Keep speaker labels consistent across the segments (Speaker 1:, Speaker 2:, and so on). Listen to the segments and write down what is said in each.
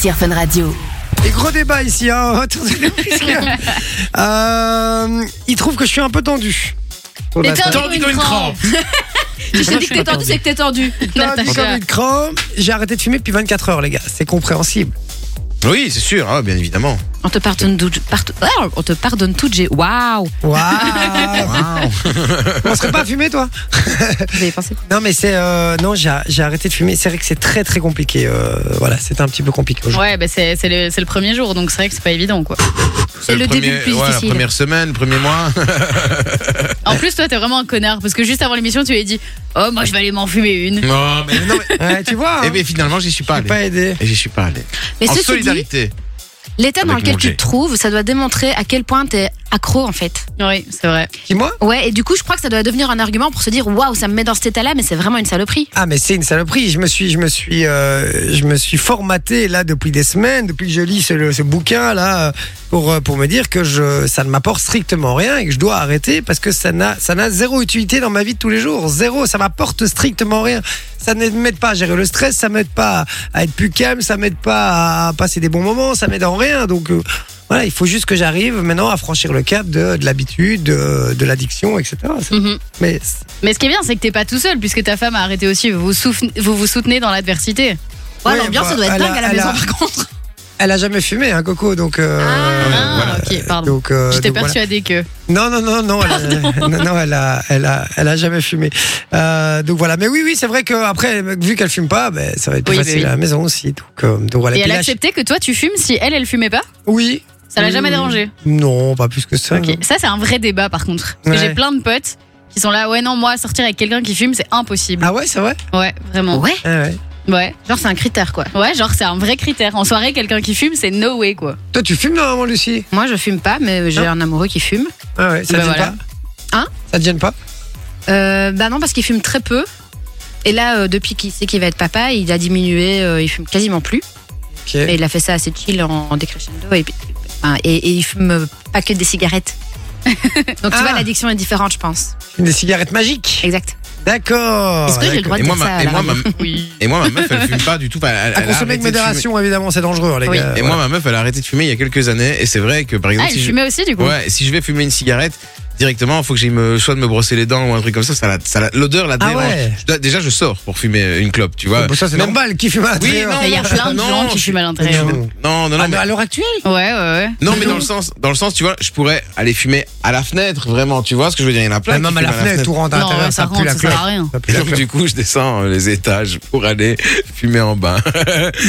Speaker 1: sur Fun Radio.
Speaker 2: Et gros débat ici, hein, autour de puisque, euh, il trouve que je suis un peu tendu. Sur la
Speaker 3: Mais
Speaker 2: table.
Speaker 3: tendu comme une crampe.
Speaker 2: Moi,
Speaker 3: Je
Speaker 2: je
Speaker 3: t'ai dit
Speaker 2: suis
Speaker 3: que t'es
Speaker 2: pas
Speaker 3: tendu,
Speaker 2: tendu.
Speaker 3: c'est que t'es tendu.
Speaker 2: Tendu comme une crampe. J'ai arrêté de fumer depuis 24 heures, les gars. C'est compréhensible.
Speaker 4: Oui, c'est sûr, ah, bien évidemment.
Speaker 3: On te pardonne tout. part- Ah, On te pardonne tout, j'ai. Waouh!
Speaker 2: Waouh On serait pas à fumer, toi
Speaker 3: Vous avez pensé
Speaker 2: Non, mais c'est. euh, non, j'ai j'ai arrêté de fumer. C'est vrai que c'est très, très compliqué. euh, voilà, c'était un petit peu compliqué aujourd'hui.
Speaker 5: Ouais, bah c'est c'est le, c'est le premier jour, donc c'est vrai que c'est pas évident, quoi.
Speaker 3: C'est le début le plus
Speaker 4: ouais, la
Speaker 3: difficile.
Speaker 4: première semaine, le premier mois.
Speaker 5: En plus, toi, t'es vraiment un connard, parce que juste avant l'émission, tu lui as dit Oh, moi, je vais aller m'en fumer une.
Speaker 4: non, mais non, mais-
Speaker 2: Ouais, tu vois, hein,
Speaker 4: Eh bien, finalement, j'y suis pas
Speaker 2: je
Speaker 4: allé.
Speaker 2: t'ai pas aidé.
Speaker 4: Et j'y suis pas allé.
Speaker 3: Mais
Speaker 4: en
Speaker 3: ceci dit,
Speaker 4: solidarité.
Speaker 3: l'état dans
Speaker 4: avec
Speaker 3: lequel
Speaker 4: mon
Speaker 3: tu
Speaker 4: jet.
Speaker 3: te trouves, ça doit démontrer à quel point t'es accro en fait.
Speaker 5: Oui, c'est vrai.
Speaker 2: Dis-moi.
Speaker 3: Ouais, et du coup, je crois que ça doit devenir un argument pour se dire waouh, ça me met dans cet état-là, mais c'est vraiment une saloperie.
Speaker 2: Ah mais c'est une saloperie. Je me suis, je me suis, euh, je me suis formaté là depuis des semaines, depuis que je lis ce, ce bouquin là euh, pour euh, pour me dire que je, ça ne m'apporte strictement rien et que je dois arrêter parce que ça n'a ça n'a zéro utilité dans ma vie de tous les jours. Zéro. Ça m'apporte strictement rien. Ça ne m'aide pas à gérer le stress. Ça m'aide pas à être plus calme. Ça m'aide pas à passer des bons moments. Ça m'aide en rien. Donc euh, voilà, il faut juste que j'arrive maintenant à franchir le cap de, de l'habitude, de, de l'addiction, etc.
Speaker 5: Mhm.
Speaker 2: Mais
Speaker 5: Mais ce qui est bien, c'est que t'es pas tout seul, puisque ta femme a arrêté aussi. Vous souffle- vous, vous soutenez dans l'adversité.
Speaker 3: Ouais,
Speaker 2: Ouais,
Speaker 3: l'ambiance,
Speaker 2: bah,
Speaker 3: ça doit être
Speaker 2: elle
Speaker 3: dingue
Speaker 2: a-
Speaker 3: à la
Speaker 2: elle
Speaker 3: maison
Speaker 2: a-
Speaker 3: par contre.
Speaker 2: elle a jamais fumé, hein, Coco. Donc euh,
Speaker 5: Ah, ok, pardon.
Speaker 2: Donc, euh,
Speaker 5: J'étais
Speaker 2: donc voilà.
Speaker 5: persuadée que.
Speaker 2: Non, non, non, non, elle a, non, non, elle a, elle a, elle a jamais fumé. Euh, donc voilà. Mais oui, oui, c'est vrai que après, vu qu'elle fume pas, ben, ça va être plus
Speaker 5: Oui,
Speaker 2: facile
Speaker 5: oui, oui.
Speaker 2: à la maison aussi. Donc, euh, donc voilà.
Speaker 5: Et
Speaker 2: Puis
Speaker 5: elle
Speaker 2: là,
Speaker 5: acceptait que toi, tu fumes si elle, elle fumait pas
Speaker 2: je- Oui.
Speaker 5: Ça l'a
Speaker 2: Oui,
Speaker 5: jamais
Speaker 2: oui.
Speaker 5: dérangé
Speaker 2: Non, pas plus que ça.
Speaker 5: Ok.
Speaker 2: non.
Speaker 5: Ça, c'est un vrai débat, par contre. Parce
Speaker 2: Ouais.
Speaker 5: que j'ai plein de potes qui sont là, ouais, non, moi, sortir avec quelqu'un qui fume, c'est impossible.
Speaker 2: Ah ouais, c'est vrai.
Speaker 5: Ouais, vraiment.
Speaker 3: Ouais,
Speaker 2: Ah ouais.
Speaker 5: Ouais.
Speaker 3: genre c'est un critère quoi.
Speaker 5: Ouais, genre, c'est un vrai critère. En soirée, quelqu'un qui fume, c'est no way, quoi.
Speaker 2: Toi, tu fumes normalement, Lucie.
Speaker 3: Moi, je fume pas, mais j'ai un amoureux qui fume.
Speaker 2: Ah ouais, ça
Speaker 5: Bah
Speaker 2: te gêne
Speaker 5: voilà.
Speaker 2: pas.
Speaker 3: Hein
Speaker 2: Ça te gêne pas
Speaker 3: Euh, bah non, parce qu'il fume très peu. Et là, euh, depuis qu'il sait qu'il va être papa, il a diminué, euh, il fume quasiment plus.
Speaker 2: Ok.
Speaker 3: Et il a fait ça assez chill en, en décrescendo. Et, puis- enfin, et, et il fume euh, pas que des cigarettes. Donc tu
Speaker 2: Ah.
Speaker 3: vois, l'addiction est différente, je pense.
Speaker 2: Des cigarettes magiques.
Speaker 3: Exact.
Speaker 2: D'accord.
Speaker 3: Est-ce que j'ai le
Speaker 2: d'accord.
Speaker 3: droit de dire ça
Speaker 4: Ah, et, moi, ma,
Speaker 3: à
Speaker 4: et,
Speaker 3: la
Speaker 4: moi, ma,
Speaker 3: radio
Speaker 5: Oui.
Speaker 4: et moi, ma meuf, elle fume pas du tout. Enfin, elle- elle
Speaker 2: À
Speaker 4: a
Speaker 2: consommer
Speaker 4: arrêté
Speaker 2: avec
Speaker 4: de fumer.
Speaker 2: modération, évidemment, c'est dangereux, hein, les
Speaker 5: Oui.
Speaker 2: gars.
Speaker 4: Et moi, ma meuf, elle a arrêté de fumer il y a quelques années. Et c'est vrai que, par
Speaker 5: Ah,
Speaker 4: exemple,
Speaker 5: elle
Speaker 4: si je-
Speaker 5: fumait aussi, du coup
Speaker 4: Ouais, si je vais fumer une cigarette directement, faut que j'ai me soit de me brosser les dents ou un truc comme ça, ça la- ça la- l'odeur la
Speaker 2: Ah
Speaker 4: dérange.
Speaker 2: ouais.
Speaker 4: Je dois- déjà je sors pour fumer une clope, tu vois.
Speaker 2: Bon, ça, c'est
Speaker 4: Même-
Speaker 2: normal. Qui fume à
Speaker 4: Oui,
Speaker 2: l'intérieur
Speaker 4: non,
Speaker 5: Mais Ah, il y a
Speaker 4: non,
Speaker 5: plein de
Speaker 4: Ah, non,
Speaker 5: gens
Speaker 4: je
Speaker 5: qui
Speaker 4: suis-
Speaker 5: fument à l'intérieur.
Speaker 2: Non.
Speaker 4: Non, non, non,
Speaker 2: Ah,
Speaker 5: bah,
Speaker 4: mais,
Speaker 2: À l'heure actuelle
Speaker 5: Ouais, ouais, ouais.
Speaker 4: non, mais dans le sens, dans le sens, tu vois, je pourrais aller fumer à la fenêtre, vraiment, tu vois ce que je veux dire, il y en a plein.
Speaker 2: Bah,
Speaker 4: qui
Speaker 2: Même à
Speaker 4: fument
Speaker 2: la fenêtre, tout rentre à
Speaker 5: Non,
Speaker 2: l'intérieur,
Speaker 5: ouais,
Speaker 2: ça
Speaker 5: ça
Speaker 2: pue
Speaker 5: rentre,
Speaker 2: la
Speaker 5: ça
Speaker 2: clope.
Speaker 5: sert à rien.
Speaker 2: Ça pue
Speaker 4: Et
Speaker 2: la
Speaker 4: donc
Speaker 2: clope.
Speaker 4: du coup, je descends euh, les étages pour aller fumer en bas.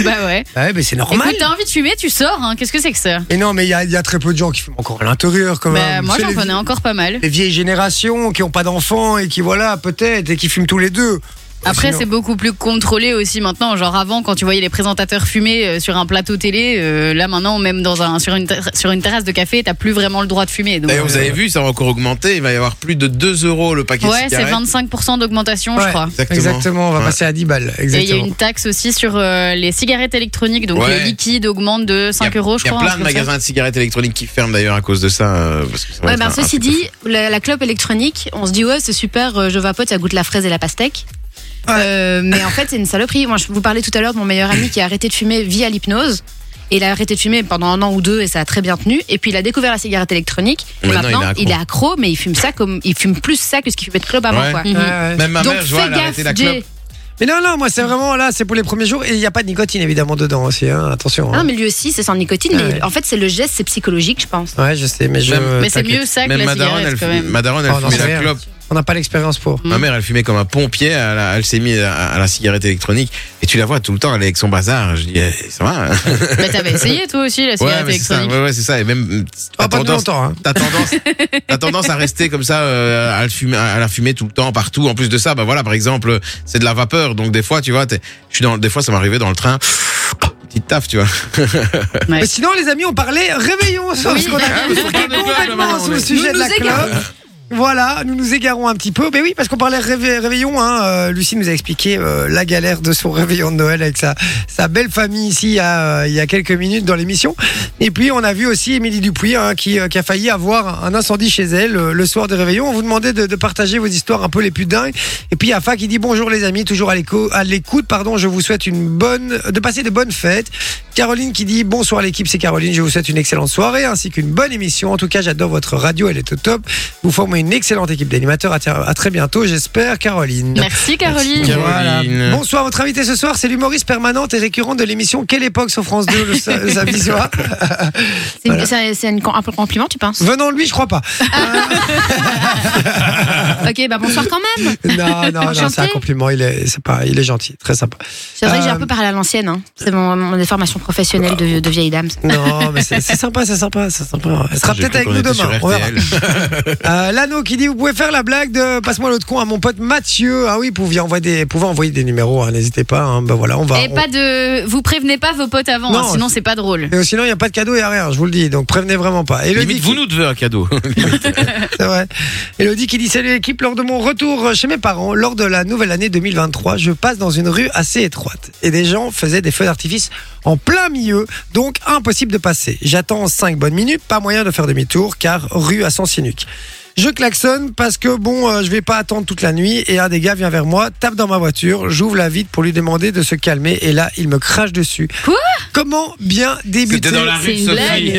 Speaker 5: Bah ouais.
Speaker 2: Ouais, mais c'est normal.
Speaker 5: Écoute, t'as envie de fumer, tu sors, hein. Qu'est-ce que c'est que ça
Speaker 2: hein. Mais non, mais il y a, il y a très peu de gens qui fument encore à l'intérieur quand
Speaker 5: Bah,
Speaker 2: même.
Speaker 5: moi,
Speaker 2: C'est
Speaker 5: j'en
Speaker 2: les-
Speaker 5: connais encore pas mal.
Speaker 2: Les vieilles générations qui n'ont pas d'enfants et qui, voilà, peut-être, et qui fument tous les deux.
Speaker 5: Après,
Speaker 2: Sinon-
Speaker 5: c'est beaucoup plus contrôlé aussi maintenant. Genre avant, quand tu voyais les présentateurs fumer euh, sur un plateau télé, euh, là maintenant, même dans un, sur, une ter- sur une terrasse de café, t'as plus vraiment le droit de fumer. Donc,
Speaker 4: Et Eh, vous avez vu, ça va encore augmenter, il va y avoir plus de 2 euros le paquet
Speaker 5: ouais,
Speaker 4: de
Speaker 5: c'est
Speaker 4: cigarettes.
Speaker 5: 25% d'augmentation,
Speaker 2: Ouais,
Speaker 5: je crois.
Speaker 4: Exactement.
Speaker 2: Exactement, on va
Speaker 4: Ouais.
Speaker 2: passer à 10 balles.
Speaker 5: Et il y a
Speaker 2: Exactement.
Speaker 5: une taxe aussi sur euh, les cigarettes électroniques. Donc
Speaker 4: Ouais.
Speaker 5: le liquide augmente de 5 euros,
Speaker 4: Il
Speaker 5: je
Speaker 4: y a
Speaker 5: crois. un
Speaker 4: plein de
Speaker 5: truc comme ça.
Speaker 4: magasins de cigarettes électroniques qui ferment d'ailleurs à cause de ça. euh, parce que ça va
Speaker 3: Ouais,
Speaker 4: être
Speaker 3: ben
Speaker 4: un- un
Speaker 3: ceci
Speaker 4: truc
Speaker 3: dit, la, la clope électronique, on se dit ouais, c'est super, euh, je vapote, ça goûte la fraise et la pastèque.
Speaker 2: Ouais.
Speaker 3: Euh, mais en fait, c'est une saloperie. Moi, je vous parlais tout à l'heure de mon meilleur ami qui a arrêté de fumer via l'hypnose. Et il a arrêté de fumer pendant un an ou deux et ça a très bien tenu. Et puis il a découvert la cigarette électronique. Et
Speaker 4: Maintenant,
Speaker 3: maintenant, il
Speaker 4: il est accro.
Speaker 3: est accro, mais il fume ça comme il fume plus ça que ce qu'il fumait de clope avant.
Speaker 4: Ouais.
Speaker 3: Quoi. Mm-hmm.
Speaker 5: Mhm.
Speaker 2: Ouais, ouais.
Speaker 4: Même ma
Speaker 3: Donc
Speaker 4: mère, je vois,
Speaker 3: fais
Speaker 4: elle a
Speaker 3: gaffe,
Speaker 4: arrêté la
Speaker 3: Jay.
Speaker 4: clope.
Speaker 2: Mais non, non, moi, c'est vraiment là, c'est pour les premiers jours et il n'y a pas de nicotine évidemment dedans aussi, hein, attention. hein.
Speaker 5: Ah,
Speaker 3: Non, mais lui aussi, c'est sans nicotine.
Speaker 2: Ouais.
Speaker 3: Mais en fait, c'est le geste, c'est psychologique, je pense.
Speaker 2: Ouais, je sais, mais je.
Speaker 4: Même-
Speaker 5: Mais c'est
Speaker 2: t'inquiète.
Speaker 5: mieux ça que
Speaker 4: euh, Même
Speaker 5: la
Speaker 4: ma daronne,
Speaker 5: cigarette
Speaker 4: elle,
Speaker 5: quand
Speaker 4: fumait-
Speaker 5: même.
Speaker 4: ma daronne, elle
Speaker 2: Oh, non,
Speaker 4: fumait
Speaker 2: c'est
Speaker 4: la
Speaker 2: rien.
Speaker 4: clope.
Speaker 2: On n'a pas l'expérience pour.
Speaker 4: Ma mère, elle fumait comme un pompier. Elle, a- elle s'est mise à, à la cigarette électronique. Et tu la vois tout le temps, elle est avec son bazar. Je dis, eh, ça va. hein
Speaker 5: Mais t'avais essayé toi aussi la cigarette
Speaker 4: mais c'est ça.
Speaker 5: électronique.
Speaker 4: Ouais, ouais, c'est ça. Et même, euh,
Speaker 2: Ah,
Speaker 4: t'as
Speaker 2: pas de
Speaker 4: tendance,
Speaker 2: longtemps, hein.
Speaker 4: t'as tendance, t'as tendance à rester comme ça, euh, à, le fumer, à la fumer tout le temps, partout. En plus de ça, bah voilà, par exemple, c'est de la vapeur. Donc des fois, tu vois, t'es- je suis dans, des fois, ça m'arrivait dans le train. Petite taf, tu vois.
Speaker 5: Ouais.
Speaker 2: Mais sinon, les amis, on parlait réveillons sur
Speaker 5: Oui.
Speaker 2: ce qu'on a Ah, complètement sur le sujet
Speaker 3: Nous
Speaker 2: de
Speaker 3: nous
Speaker 2: la clope. Voilà, nous nous égarons un petit peu. Mais oui, parce qu'on parlait réve- réveillon. Hein. euh, Lucie nous a expliqué euh, la galère de son réveillon de Noël avec sa, sa belle famille ici à, euh, il y a quelques minutes dans l'émission. Et puis, on a vu aussi Émilie Dupuis hein, qui, euh, qui a failli avoir un incendie chez elle euh, le soir de réveillon. On vous demandait de, de partager vos histoires un peu les plus dingues. Et puis, Afa qui dit bonjour les amis, toujours à l'éco- à l'écoute. Pardon, je vous souhaite une bonne, de passer de bonnes fêtes. Caroline qui dit bonsoir l'équipe, c'est Caroline, je vous souhaite une excellente soirée ainsi qu'une bonne émission. En tout cas, j'adore votre radio, elle est au top. Vous formez une excellente équipe d'animateurs. À, à très bientôt, j'espère, Caroline.
Speaker 5: Merci Caroline.
Speaker 4: Merci.
Speaker 2: Voilà.
Speaker 4: Caroline.
Speaker 2: Bonsoir, votre invité ce soir, c'est l'humoriste permanente et récurrente de l'émission Quelle époque sur France 2 le, sa- le samedi soir.
Speaker 3: C'est une- c'est- c'est une- un peu compliment, tu penses
Speaker 2: Venant de lui, je crois pas.
Speaker 3: Ok, bah bonsoir quand même.
Speaker 2: Non, non, non, c'est un
Speaker 3: Enchanté.
Speaker 2: compliment. Il est, c'est pas, il est gentil, très sympa.
Speaker 3: C'est vrai que j'ai
Speaker 2: Euh,
Speaker 3: un peu parlé à l'ancienne. hein. C'est mon, mon formation professionnelle de, de vieille dame.
Speaker 2: Non, mais c'est c'est sympa, c'est sympa, c'est sympa. Elle sera
Speaker 4: J'ai
Speaker 2: peut-être avec
Speaker 4: cru qu'on
Speaker 2: nous
Speaker 4: était sur
Speaker 2: demain. on verra.
Speaker 4: RTL.
Speaker 2: Euh, Lano qui dit vous pouvez faire la blague de passe-moi l'autre con à mon pote Mathieu. Ah oui, vous pouviez envoyer des, vous pouvez envoyer des numéros, hein, n'hésitez pas. hein. Ben voilà, on va.
Speaker 5: Et
Speaker 2: on-
Speaker 5: pas de. Vous prévenez pas vos potes avant,
Speaker 2: Non,
Speaker 5: hein, sinon c'est pas drôle.
Speaker 2: Mais sinon, il n'y a pas de cadeau, il n'y a rien, je vous le dis. Donc prévenez vraiment pas. Elodie,
Speaker 4: Limite, vous nous devez un cadeau.
Speaker 2: qui, c'est vrai. Elodie qui dit Salut l'équipe, lors de mon retour chez mes parents, lors de la nouvelle année 2023, je passe dans une rue assez étroite. Et des gens faisaient des feux d'artifice en plein milieu, donc impossible de passer. J'attends 5 bonnes minutes, pas moyen de faire demi-tour, car rue à sens unique. Je klaxonne parce que bon, euh, je vais pas attendre toute la nuit et un des gars vient vers moi, tape dans ma voiture, j'ouvre la vitre pour lui demander de se calmer et là, il me crache dessus.
Speaker 5: Quoi
Speaker 2: Comment bien débuter
Speaker 4: C'était dans la
Speaker 5: c'est
Speaker 4: rue de
Speaker 5: une
Speaker 4: Sophie.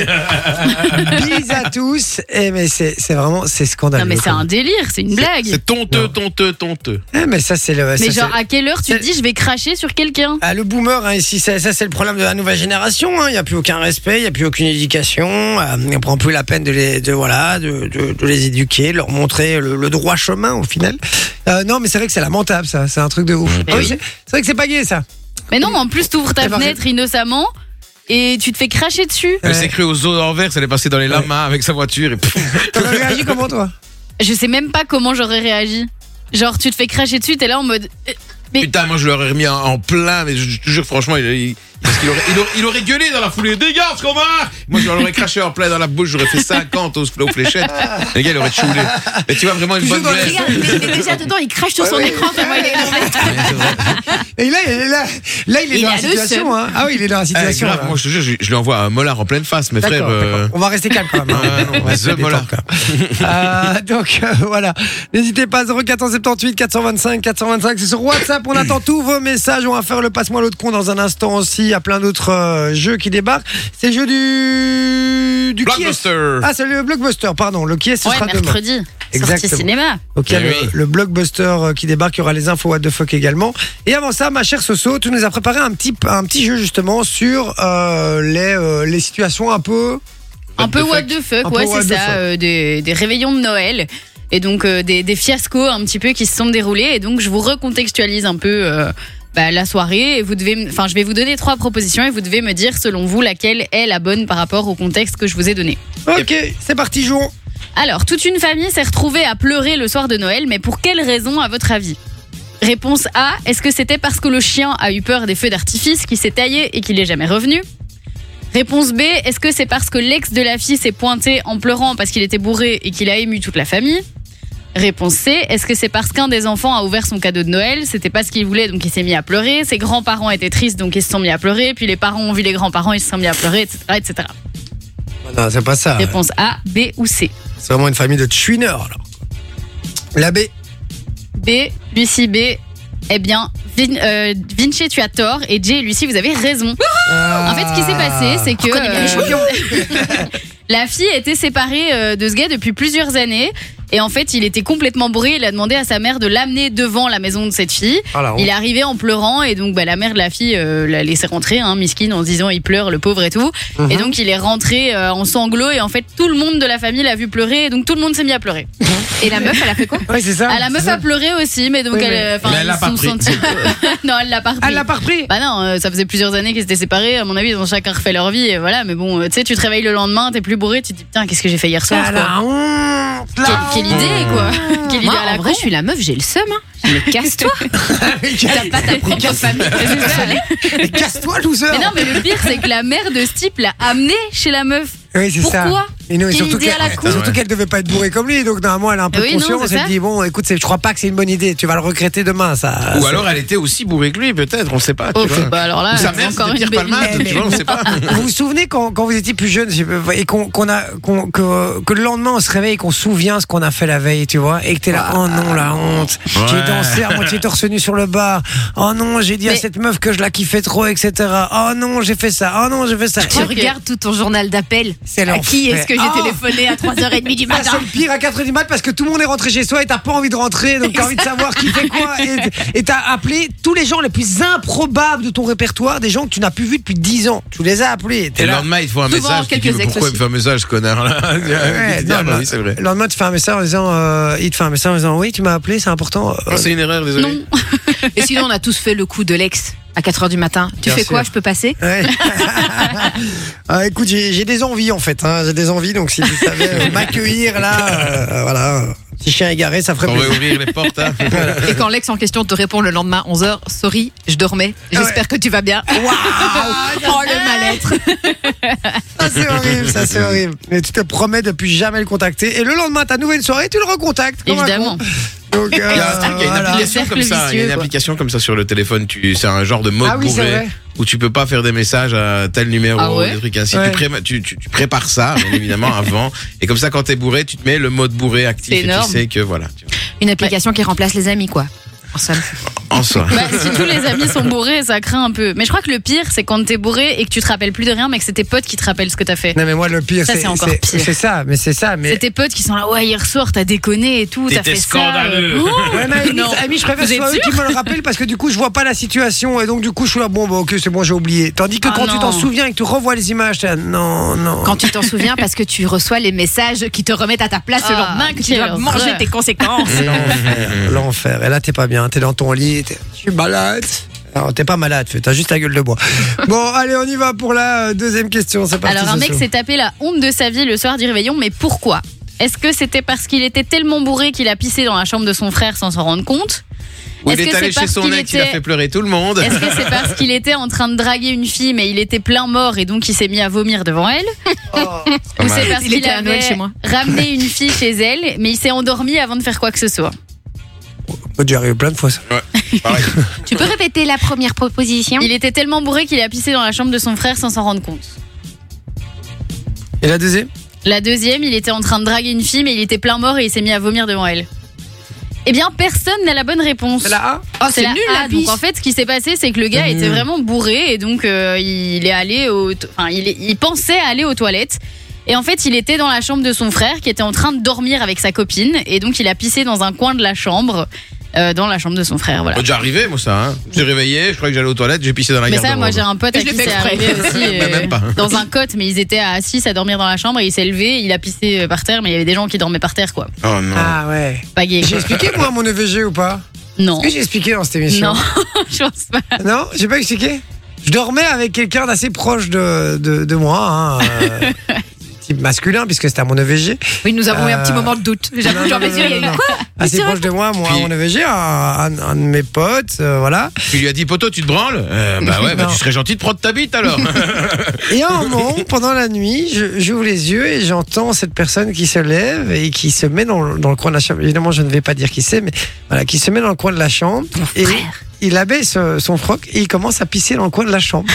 Speaker 2: Bis à tous. Eh, mais c'est c'est vraiment c'est scandaleux.
Speaker 5: Non, mais c'est un délire, c'est une blague.
Speaker 4: C'est tonteux, tonteux, tonteux.
Speaker 2: Eh, mais ça c'est le. ça,
Speaker 5: Mais
Speaker 2: c'est-
Speaker 5: genre, à quelle heure tu te dis je vais cracher sur quelqu'un
Speaker 2: Ah, le boomer hein, ici, ça, ça, c'est le problème de la nouvelle génération. hein. Il n'y a plus aucun respect, il n'y a plus aucune éducation. euh, on prend plus la peine de les, de, voilà, de, de- de les éduquer, de leur montrer le, le droit chemin au final. Euh, non, mais c'est vrai que c'est lamentable ça. C'est un truc de ouf. Ah oui,
Speaker 5: oui.
Speaker 2: c'est c'est vrai que c'est pas gay ça.
Speaker 5: Mais non, en plus, t'ouvres ta
Speaker 2: Eh ben,
Speaker 5: fenêtre innocemment et tu te fais cracher dessus.
Speaker 4: Elle
Speaker 2: Ouais.
Speaker 4: s'est crue aux eaux d'Anvers, elle est passée dans les lamas avec sa voiture et pff,
Speaker 2: T'en as réagi comment toi
Speaker 5: Je sais même pas comment j'aurais réagi. Genre, tu te fais cracher dessus, t'es là en mode. euh, Mais-
Speaker 4: putain, moi je l'aurais remis en, en plein, mais je, je te jure, franchement, il, il- parce qu'il aurait, il, aurait, il aurait gueulé dans la foulée. Dégage, qu'on va Moi je l'aurais craché en plein dans la bouche, j'aurais fait 50 aux, aux fléchettes. Les gars, il aurait choulé. Mais tu vois vraiment une
Speaker 2: Toujours
Speaker 4: bonne
Speaker 2: dans les
Speaker 4: blague.
Speaker 3: Regarde, mais, mais déjà dedans, il crache sur son écran. tellement il est énervé.
Speaker 2: Ah Et là, il est là, là, il est
Speaker 5: Il
Speaker 2: dans
Speaker 5: a
Speaker 2: la
Speaker 5: le
Speaker 2: situation. hein. Ah oui, il est dans la
Speaker 4: Eh,
Speaker 2: situation.
Speaker 4: grave,
Speaker 2: là.
Speaker 4: moi je te jure, je, je lui envoie un molar en pleine face, mes frères.
Speaker 2: D'accord,
Speaker 4: euh,
Speaker 2: d'accord. On va rester calme quand même. hein.
Speaker 4: Ouais, non,
Speaker 2: On va
Speaker 4: the
Speaker 2: se détendre
Speaker 4: Mollard.
Speaker 2: quand même. Euh, donc euh, voilà, n'hésitez pas 0478 425 425, c'est sur WhatsApp. On attend tous vos messages. On va faire le passe-moi l'autre con dans un instant aussi. Il y a plein d'autres euh, jeux qui débarquent. C'est le jeu du du qui est-
Speaker 4: Blockbuster.
Speaker 2: Ah, c'est le blockbuster. Pardon, le qui est ce
Speaker 5: Ouais,
Speaker 2: sera demain.
Speaker 5: mercredi. Sortie
Speaker 2: Exactement.
Speaker 5: cinéma.
Speaker 2: Ok,
Speaker 4: Eh
Speaker 2: le,
Speaker 4: oui.
Speaker 2: le blockbuster euh, qui débarque, il y aura les infos what the fuck également. Et avant ça, ma chère Soso, tu nous as préparé un petit, un petit jeu justement sur euh, les, euh, les situations un peu.
Speaker 5: Un peu
Speaker 4: the
Speaker 5: what
Speaker 4: fuck.
Speaker 5: the fuck,
Speaker 2: Un peu
Speaker 5: ouais,
Speaker 2: what the
Speaker 5: c'est ça,
Speaker 2: fuck.
Speaker 5: euh, des, des réveillons de Noël. Et donc euh, des, des fiascos un petit peu qui se sont déroulés. Et donc je vous recontextualise un peu euh, bah, la soirée. Et vous devez, me- enfin, je vais vous donner trois propositions et vous devez me dire selon vous laquelle est la bonne par rapport au contexte que je vous ai donné.
Speaker 2: Ok, c'est parti, jouons.
Speaker 5: Alors, toute une famille s'est retrouvée à pleurer le soir de Noël, mais pour quelle raison à votre avis Réponse A, est-ce que c'était parce que le chien a eu peur des feux d'artifice, qu'il s'est taillé et qu'il n'est jamais revenu Réponse B, est-ce que c'est parce que l'ex de la fille s'est pointé en pleurant parce qu'il était bourré et qu'il a ému toute la famille Réponse C, est-ce que c'est parce qu'un des enfants a ouvert son cadeau de Noël, c'était pas ce qu'il voulait donc il s'est mis à pleurer, ses grands-parents étaient tristes donc ils se sont mis à pleurer, puis les parents ont vu les grands-parents, ils se sont mis à pleurer, etc. etc.
Speaker 2: Non, c'est pas ça.
Speaker 5: Réponse A, B ou C
Speaker 2: C'est vraiment une famille de chouineurs, alors. La B.
Speaker 5: B, Lucie B. Eh bien, Vin- euh, Vinci, tu as tort et Jay et Lucie, vous avez raison.
Speaker 2: Ah.
Speaker 5: En fait, ce qui s'est passé, c'est que
Speaker 3: connaît bien les
Speaker 5: euh, la fille était séparée euh, de ce gars depuis plusieurs années. Et en fait, il était complètement bourré. Il a demandé à sa mère de l'amener devant la maison de cette fille.
Speaker 2: Ah
Speaker 5: Il est arrivé en pleurant et donc bah, la mère de la fille euh, l'a laissé rentrer, hein, Miskine, en se disant il pleure, le pauvre et tout.
Speaker 2: Mhm.
Speaker 5: Et donc il est rentré euh, en sanglots et en fait tout le monde de la famille l'a vu pleurer et donc tout le monde s'est mis à pleurer.
Speaker 3: Et la meuf, elle a fait quoi
Speaker 2: Oui, c'est ça.
Speaker 5: Ah, la meuf
Speaker 2: c'est
Speaker 5: a pleuré aussi, mais donc
Speaker 2: Oui,
Speaker 5: elle.
Speaker 2: mais-
Speaker 5: euh, enfin,
Speaker 4: Mais elle
Speaker 5: ils
Speaker 4: l'a
Speaker 5: se
Speaker 4: pas
Speaker 5: sont
Speaker 4: repris.
Speaker 5: sentis- non, elle l'a pas repris.
Speaker 2: ça. Elle l'a pas repris.
Speaker 5: Bah non, euh, ça faisait plusieurs années qu'ils étaient séparés. À mon avis, ils ont chacun refait leur vie. Et voilà, mais bon, euh, tu sais, tu te réveilles le lendemain, t'es plus bourré, tu te dis putain, qu'est-ce que j'ai fait hier soir
Speaker 2: Ah,
Speaker 5: quoi.
Speaker 2: la honte,
Speaker 5: Quelle,
Speaker 2: la
Speaker 5: quelle
Speaker 2: honte.
Speaker 5: idée quoi Quelle idée
Speaker 3: Moi,
Speaker 5: à la
Speaker 3: en vrai,
Speaker 5: con.
Speaker 3: je suis la meuf, j'ai le seum. Hein. Je me casse toi.
Speaker 5: T'as pas ta propre famille. c'est ça.
Speaker 2: Mais Casse-toi, loser.
Speaker 5: mais non, mais le pire, c'est que la mère de ce type l'a amené chez la meuf.
Speaker 2: Oui, c'est ça.
Speaker 5: Pourquoi
Speaker 2: Et non, et
Speaker 5: Quelle
Speaker 2: surtout
Speaker 5: idée à
Speaker 2: qu'elle-
Speaker 5: la con.
Speaker 2: surtout qu'elle devait pas être bourrée comme lui, donc normalement elle a un peu
Speaker 5: Oui,
Speaker 2: de
Speaker 5: non,
Speaker 2: conscience.
Speaker 5: c'est
Speaker 2: elle
Speaker 5: ça.
Speaker 2: dit bon, écoute, c'est- je crois pas que c'est une bonne idée. Tu vas le regretter demain, ça.
Speaker 4: Ou
Speaker 2: ça-
Speaker 4: alors elle était aussi bourrée que lui, peut-être, on sait pas. Tu
Speaker 5: Oh,
Speaker 4: vois.
Speaker 5: bah alors là,
Speaker 4: Ou sa mère,
Speaker 5: encore
Speaker 4: c'était
Speaker 5: une
Speaker 4: Pierre
Speaker 5: belle
Speaker 4: Palmade,
Speaker 5: idée.
Speaker 4: tu vois, on sait pas.
Speaker 2: Vous vous souvenez quand, quand vous étiez plus jeune je sais pas, et qu'on qu'on a qu'on- que, que le lendemain on se réveille et qu'on se souvient ce qu'on a fait la veille, tu vois, et que t'es là, oh non la honte, j'ai
Speaker 4: Ah. Ouais.
Speaker 2: dansé à moitié torse nu sur le bar, oh non j'ai dit à
Speaker 5: Mais-
Speaker 2: cette meuf que je la kiffais trop, etc. Oh non j'ai fait ça, oh non j'ai fait ça.
Speaker 3: Tu
Speaker 5: crois que-
Speaker 3: regardes tout ton journal d'appel.
Speaker 2: C'est
Speaker 3: À
Speaker 2: l'enfer.
Speaker 3: qui est-ce que j'ai
Speaker 2: Oh
Speaker 3: téléphoné à 3h30 du
Speaker 2: Ah, c'est
Speaker 3: matin
Speaker 2: le pire à 4h du mat parce que tout le monde est rentré chez soi et t'as pas envie de rentrer, donc t'as envie de savoir qui fait quoi. et- Et t'as appelé tous les gens les plus improbables de ton répertoire, des gens que tu n'as plus vus depuis 10 ans. Tu les as appelés.
Speaker 4: Et
Speaker 2: T'es
Speaker 4: le
Speaker 2: là.
Speaker 4: lendemain, il te faut un
Speaker 3: Souvent,
Speaker 4: message. tu dis,
Speaker 3: quelques
Speaker 4: mais pourquoi
Speaker 3: ex
Speaker 4: il me fait un message, ce connard-là
Speaker 2: Ouais,
Speaker 4: Tu dis, ah,
Speaker 2: non,
Speaker 4: bah
Speaker 2: le-
Speaker 4: oui, c'est vrai.
Speaker 2: Le lendemain, tu fais un message en disant, euh, il te fait un message en disant, oui, tu m'as appelé, c'est important. Euh,
Speaker 4: Oh, C'est une erreur, désolé.
Speaker 5: Non.
Speaker 3: Et sinon, on a tous fait le coup de l'ex à 4h du matin. Tu
Speaker 2: Bien
Speaker 3: fais quoi
Speaker 2: sûr.
Speaker 3: Je peux passer
Speaker 2: ouais. Ah, écoute, j'ai j'ai des envies en fait, hein, j'ai des envies, donc si tu savais euh, m'accueillir là, euh, voilà, un petit chien égaré, ça ferait
Speaker 4: On va
Speaker 2: plaisir.
Speaker 4: ouvrir les portes. hein.
Speaker 3: Et quand l'ex en question te répond le lendemain 11h, sorry, je dormais. J'espère que tu vas bien. oh le mal-être.
Speaker 2: Ça c'est horrible, ça c'est horrible. Mais tu te promets de plus jamais le contacter, et le lendemain, t'as nouvelle soirée, tu le recontactes. comme un
Speaker 5: Évidemment.
Speaker 2: con. Donc, euh,
Speaker 4: Il y a un truc, il y a une
Speaker 2: voilà.
Speaker 4: application
Speaker 5: Le
Speaker 4: comme
Speaker 5: cercle
Speaker 4: ça. Il y a une
Speaker 5: vicieux, quoi.
Speaker 4: application comme ça sur le téléphone. Tu, c'est un genre de mode
Speaker 2: Ah oui, c'est
Speaker 4: bourré
Speaker 2: vrai.
Speaker 4: où tu peux pas faire des messages à tel numéro,
Speaker 5: Ah ouais
Speaker 4: des trucs ainsi.
Speaker 2: Ouais.
Speaker 4: Tu, pré- tu, tu- tu prépares ça, bien évidemment, avant. Et comme ça, quand t'es bourré, tu te mets le mode bourré actif
Speaker 5: C'est
Speaker 4: et tu
Speaker 5: énorme.
Speaker 4: sais que voilà. tu-
Speaker 3: Une application qui remplace les amis, quoi. En somme.
Speaker 4: En soi.
Speaker 5: Bah, si tous les amis sont bourrés, ça craint un peu. Mais je crois que le pire, c'est quand t'es bourré et que tu te rappelles plus de rien, mais que c'est tes potes qui te rappellent ce que t'as fait.
Speaker 2: Non mais moi le pire
Speaker 5: Ça,
Speaker 2: c'est
Speaker 5: c'est encore
Speaker 2: c'est-
Speaker 5: pire.
Speaker 2: c'est ça, mais c'est ça, mais
Speaker 5: C'est tes potes qui sont là, ouais, hier soir, t'as déconné et tout, t'as
Speaker 4: T'étais
Speaker 5: fait
Speaker 4: scandaleux.
Speaker 5: ça. euh,
Speaker 2: Ouais, mais Amy,
Speaker 5: Non.
Speaker 2: Amy, je préfère que
Speaker 5: Vous
Speaker 2: ce
Speaker 5: êtes
Speaker 2: soit eux
Speaker 5: sûr
Speaker 2: qui me le rappellent parce que du coup, je vois pas la situation et donc du coup, je suis là, bon, bah, ok, c'est bon, j'ai oublié. Tandis que
Speaker 5: Ah
Speaker 2: quand tu
Speaker 5: non.
Speaker 2: t'en souviens et que tu revois les images, t'es là, non, non.
Speaker 3: Quand tu t'en souviens parce que tu reçois les messages qui te remettent à ta place le
Speaker 5: Ah,
Speaker 3: lendemain, que tu
Speaker 5: quelle
Speaker 3: dois manger
Speaker 5: horreur.
Speaker 3: tes conséquences.
Speaker 2: L'enfer, l'enfer. Et là, t'es pas bien, t'es dans ton lit, t'es- je suis malade. Non, t'es pas malade, fais, t'as juste la gueule de bois. Bon, allez, on y va pour la euh, deuxième question, c'est parti.
Speaker 5: Alors, un mec
Speaker 2: Soso.
Speaker 5: s'est tapé la honte de sa vie le soir du réveillon, mais pourquoi Est-ce que c'était parce qu'il était tellement bourré qu'il a pissé dans la chambre de son frère sans s'en rendre compte
Speaker 4: Où il
Speaker 5: Est-ce
Speaker 4: est
Speaker 5: que
Speaker 4: allé
Speaker 5: c'est
Speaker 4: chez
Speaker 5: parce
Speaker 4: son
Speaker 5: qu'il
Speaker 4: ex, il a
Speaker 5: était-
Speaker 4: fait pleurer tout le monde.
Speaker 5: Est-ce que c'est parce qu'il était en train de draguer une fille, mais il était plein mort et donc il s'est mis à vomir devant elle
Speaker 4: Pas
Speaker 5: Ou
Speaker 4: mal.
Speaker 5: c'est parce
Speaker 3: Il
Speaker 5: qu'il
Speaker 3: était à Noël
Speaker 5: avait
Speaker 3: chez moi.
Speaker 5: ramené une fille chez elle, mais il s'est endormi avant de faire quoi que ce soit
Speaker 2: Oh, J'ai arrivé plein de fois ça.
Speaker 4: Pareil.
Speaker 3: Tu peux répéter la première
Speaker 2: Hein
Speaker 3: proposition
Speaker 5: Il était tellement bourré qu'il a pissé dans la chambre de son frère sans s'en rendre compte.
Speaker 2: Et la deuxième
Speaker 5: La deuxième, il était en train de draguer une fille, mais il était plein mort et il s'est mis à vomir devant elle. Eh bien, personne n'a la bonne réponse.
Speaker 2: C'est la A
Speaker 3: Oh,
Speaker 5: C'est la A.
Speaker 3: piste.
Speaker 5: Donc en fait, ce qui s'est passé, c'est que le gars
Speaker 2: Mmh.
Speaker 5: était vraiment bourré et donc euh, il est allé au, enfin, il, est- il pensait aller aux toilettes. Et en fait, il était dans la chambre de son frère qui était en train de dormir avec sa copine et donc il a pissé dans un coin de la chambre, euh, dans la chambre de son frère. Voilà.
Speaker 4: Moi, Déjà arrivé, moi, ça. Hein. J'ai réveillé, je crois que j'allais aux toilettes, j'ai pissé dans
Speaker 2: Ah,
Speaker 4: la
Speaker 5: Mais
Speaker 4: garde.
Speaker 5: ça, moi, j'ai un pote
Speaker 3: Et
Speaker 5: à
Speaker 3: je
Speaker 5: qui
Speaker 3: l'ai fait
Speaker 5: c'est
Speaker 3: exprès.
Speaker 5: arrivé aussi
Speaker 2: Bah,
Speaker 5: euh,
Speaker 4: Mais même pas.
Speaker 5: dans un cote, mais ils étaient à 6 à dormir dans la chambre et il s'est levé, il a pissé euh, par terre, mais il y avait des gens qui dormaient par terre, quoi.
Speaker 4: Oh non.
Speaker 2: Ah ouais.
Speaker 5: Pas gay.
Speaker 2: J'ai expliqué moi mon EVG ou pas
Speaker 5: Non.
Speaker 2: Est-ce que j'ai expliqué dans cette émission
Speaker 5: Non, je pense pas.
Speaker 2: Non, j'ai pas expliqué. Je dormais avec quelqu'un d'assez proche de, de, de moi, hein, euh, type masculin, puisque c'était à mon EVG.
Speaker 3: Oui, nous avons eu un petit
Speaker 2: Euh,
Speaker 3: moment de doute.
Speaker 2: non,
Speaker 3: J'avoue,
Speaker 2: non,
Speaker 3: j'en ai
Speaker 2: non,
Speaker 3: sûr, il y a eu
Speaker 2: non, non.
Speaker 3: quoi
Speaker 2: Assez
Speaker 3: Mais
Speaker 2: proche de moi, moi, à
Speaker 4: Puis-
Speaker 2: mon EVG, un, un- un de mes potes, euh, voilà.
Speaker 4: Tu lui as dit, poteau, tu te branles Euh, Bah ouais, bah,
Speaker 2: Non.
Speaker 4: tu serais gentil de prendre ta bite alors.
Speaker 2: Et à un moment, pendant la nuit, je- j'ouvre les yeux et j'entends cette personne qui se lève et qui se met dans, le- dans le coin de la chambre. Évidemment, je ne vais pas dire qui c'est, mais voilà, qui se met dans le coin de la chambre. Et il abaisse euh, son froc et il commence à pisser dans le coin de la chambre.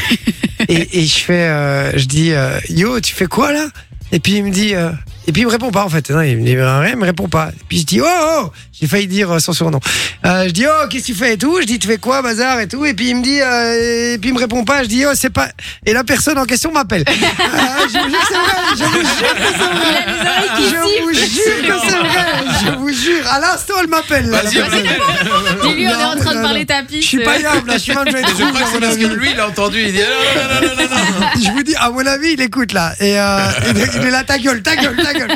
Speaker 2: et, et je fais, euh, je dis, euh, yo, tu fais quoi là Et puis il me dit, euh, et puis il me répond pas en fait. Non, il me dit rien, il me répond pas. Et puis je dis, oh, oh j'ai failli dire euh, son surnom. Euh, je dis, oh, qu'est-ce que tu fais et tout Je dis, tu fais quoi, bazar et tout Et puis il me dit, euh, et puis il me répond pas. Je dis, oh, c'est pas. Et la personne en question m'appelle. Euh, je vous jure que c'est vrai, je vous jure que c'est vrai. Je vous jure que c'est vrai, je vous jure. À l'instant, elle m'appelle. là, la
Speaker 4: Vas-y, on
Speaker 2: personne.
Speaker 4: l'appelle.
Speaker 5: Dis-lui, on est en
Speaker 2: Euh, Non,
Speaker 5: train
Speaker 2: non,
Speaker 5: de parler euh.
Speaker 2: non.
Speaker 5: tapis.
Speaker 2: Je suis pas yable, là, je suis même je vais être
Speaker 4: Et je
Speaker 2: rouge,
Speaker 4: crois
Speaker 2: à
Speaker 4: que c'est
Speaker 2: mon
Speaker 4: parce que
Speaker 2: avis.
Speaker 4: lui, il a entendu, il dit, Ah, non, non, non, non, non, non.
Speaker 2: Je vous dis, à mon avis, il écoute là. Et euh, il, est, il est là, ta gueule, ta gueule, ta gueule.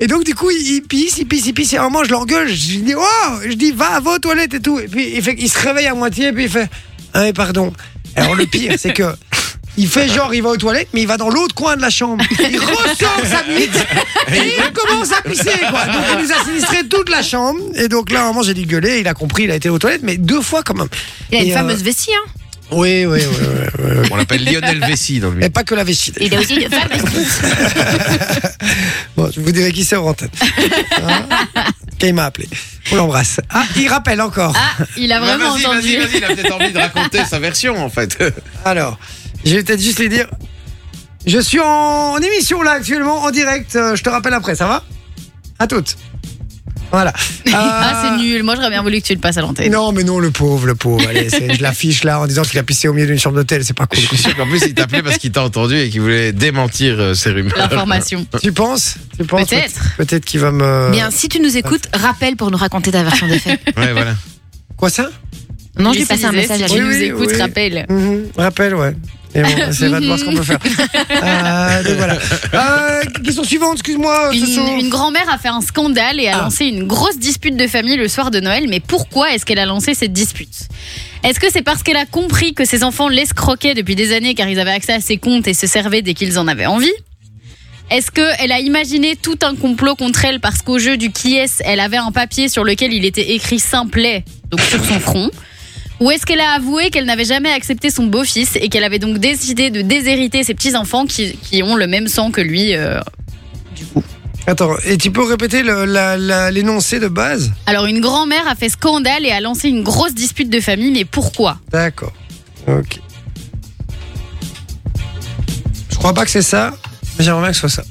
Speaker 2: Et donc, du coup, il, il pisse, il pisse, il pisse. Et à un moment, je l'engueule. Je dis, oh, je dis, va, va aux toilettes et tout. Et puis, il, fait, il se réveille à moitié et puis il fait, ah, mais pardon. Alors, le pire, c'est que. Il fait genre, il va aux toilettes, mais il va dans l'autre coin de la chambre. Il ressort sa bite et il commence à pisser, quoi. Donc, il nous a sinistré toute la chambre. Et donc, là, à un moment, j'ai dû gueuler. Il a compris, il a été aux toilettes, mais deux fois quand même.
Speaker 3: Il y a
Speaker 2: Et,
Speaker 3: une
Speaker 2: euh,
Speaker 3: fameuse vessie, hein
Speaker 2: Oui, oui, oui. oui, oui, oui.
Speaker 4: On l'appelle Lionel Vessi dans le
Speaker 2: Mais
Speaker 4: milieu.
Speaker 2: pas que la vessie.
Speaker 5: Il a aussi une femme.
Speaker 2: Bon, je vous dirai qui c'est en antenne. Hein Ok, il m'a appelé. On l'embrasse. Ah, il rappelle encore.
Speaker 5: Ah, il a
Speaker 4: Bah,
Speaker 5: vraiment
Speaker 4: vas-y, vas-y,
Speaker 5: entendu.
Speaker 4: vas-y, il a peut-être envie de raconter sa version en fait.
Speaker 2: Alors, je vais peut-être juste lui dire. Je suis en, en émission là actuellement, en direct. Euh, je te rappelle après, ça va À toutes. Voilà.
Speaker 5: Ah,
Speaker 2: Euh,
Speaker 5: c'est nul. Moi, j'aurais bien voulu que tu le passes à l'antenne.
Speaker 2: Non, mais non, le pauvre, le pauvre. Allez, c'est- je l'affiche là en disant qu'il a pissé au milieu d'une chambre d'hôtel. C'est pas
Speaker 4: Je
Speaker 2: cool.
Speaker 4: suis sûr qu'en plus il t'appelait parce qu'il t'a entendu et qu'il voulait démentir euh, ses rumeurs.
Speaker 5: L'information.
Speaker 2: Tu penses Tu penses
Speaker 5: Peut-être.
Speaker 2: Peut-être qu'il va me.
Speaker 3: Bien, si tu
Speaker 2: euh,
Speaker 3: nous écoutes, rappelle pour nous raconter ta version des faits.
Speaker 4: Ouais, voilà.
Speaker 2: Quoi ça
Speaker 3: Non,
Speaker 5: Il
Speaker 3: je lui passé un
Speaker 5: disait,
Speaker 3: message à
Speaker 5: Si tu
Speaker 3: lui.
Speaker 5: nous
Speaker 2: Oui, oui,
Speaker 5: écoutes,
Speaker 2: oui.
Speaker 5: rappelle.
Speaker 2: Mhm, Rappel, ouais. Et bon, c'est va de voir ce qu'on peut faire.
Speaker 5: Mhm.
Speaker 2: Euh, donc voilà. Euh, question suivante, excuse-moi. ce
Speaker 5: Une,
Speaker 2: sont-
Speaker 5: une grand-mère a fait un scandale et a
Speaker 2: Ah.
Speaker 5: lancé une grosse dispute de famille le soir de Noël. Mais pourquoi est-ce qu'elle a lancé cette dispute Est-ce que c'est parce qu'elle a compris que ses enfants l'escroquaient depuis des années car ils avaient accès à ses comptes et se servaient dès qu'ils en avaient envie Est-ce qu'elle a imaginé tout un complot contre elle parce qu'au jeu du qui est elle avait un papier sur lequel il était écrit simplet, donc sur son front ou est-ce qu'elle a avoué qu'elle n'avait jamais accepté son beau-fils et qu'elle avait donc décidé de déshériter ses petits-enfants qui, qui ont le même sang que lui euh,
Speaker 2: Attends, et tu peux répéter le- la- la- l'énoncé de base
Speaker 5: Alors une grand-mère a fait scandale et a lancé une grosse dispute de famille, mais pourquoi
Speaker 2: D'accord. Ok. Je crois pas que c'est ça, mais j'aimerais bien que ce soit ça.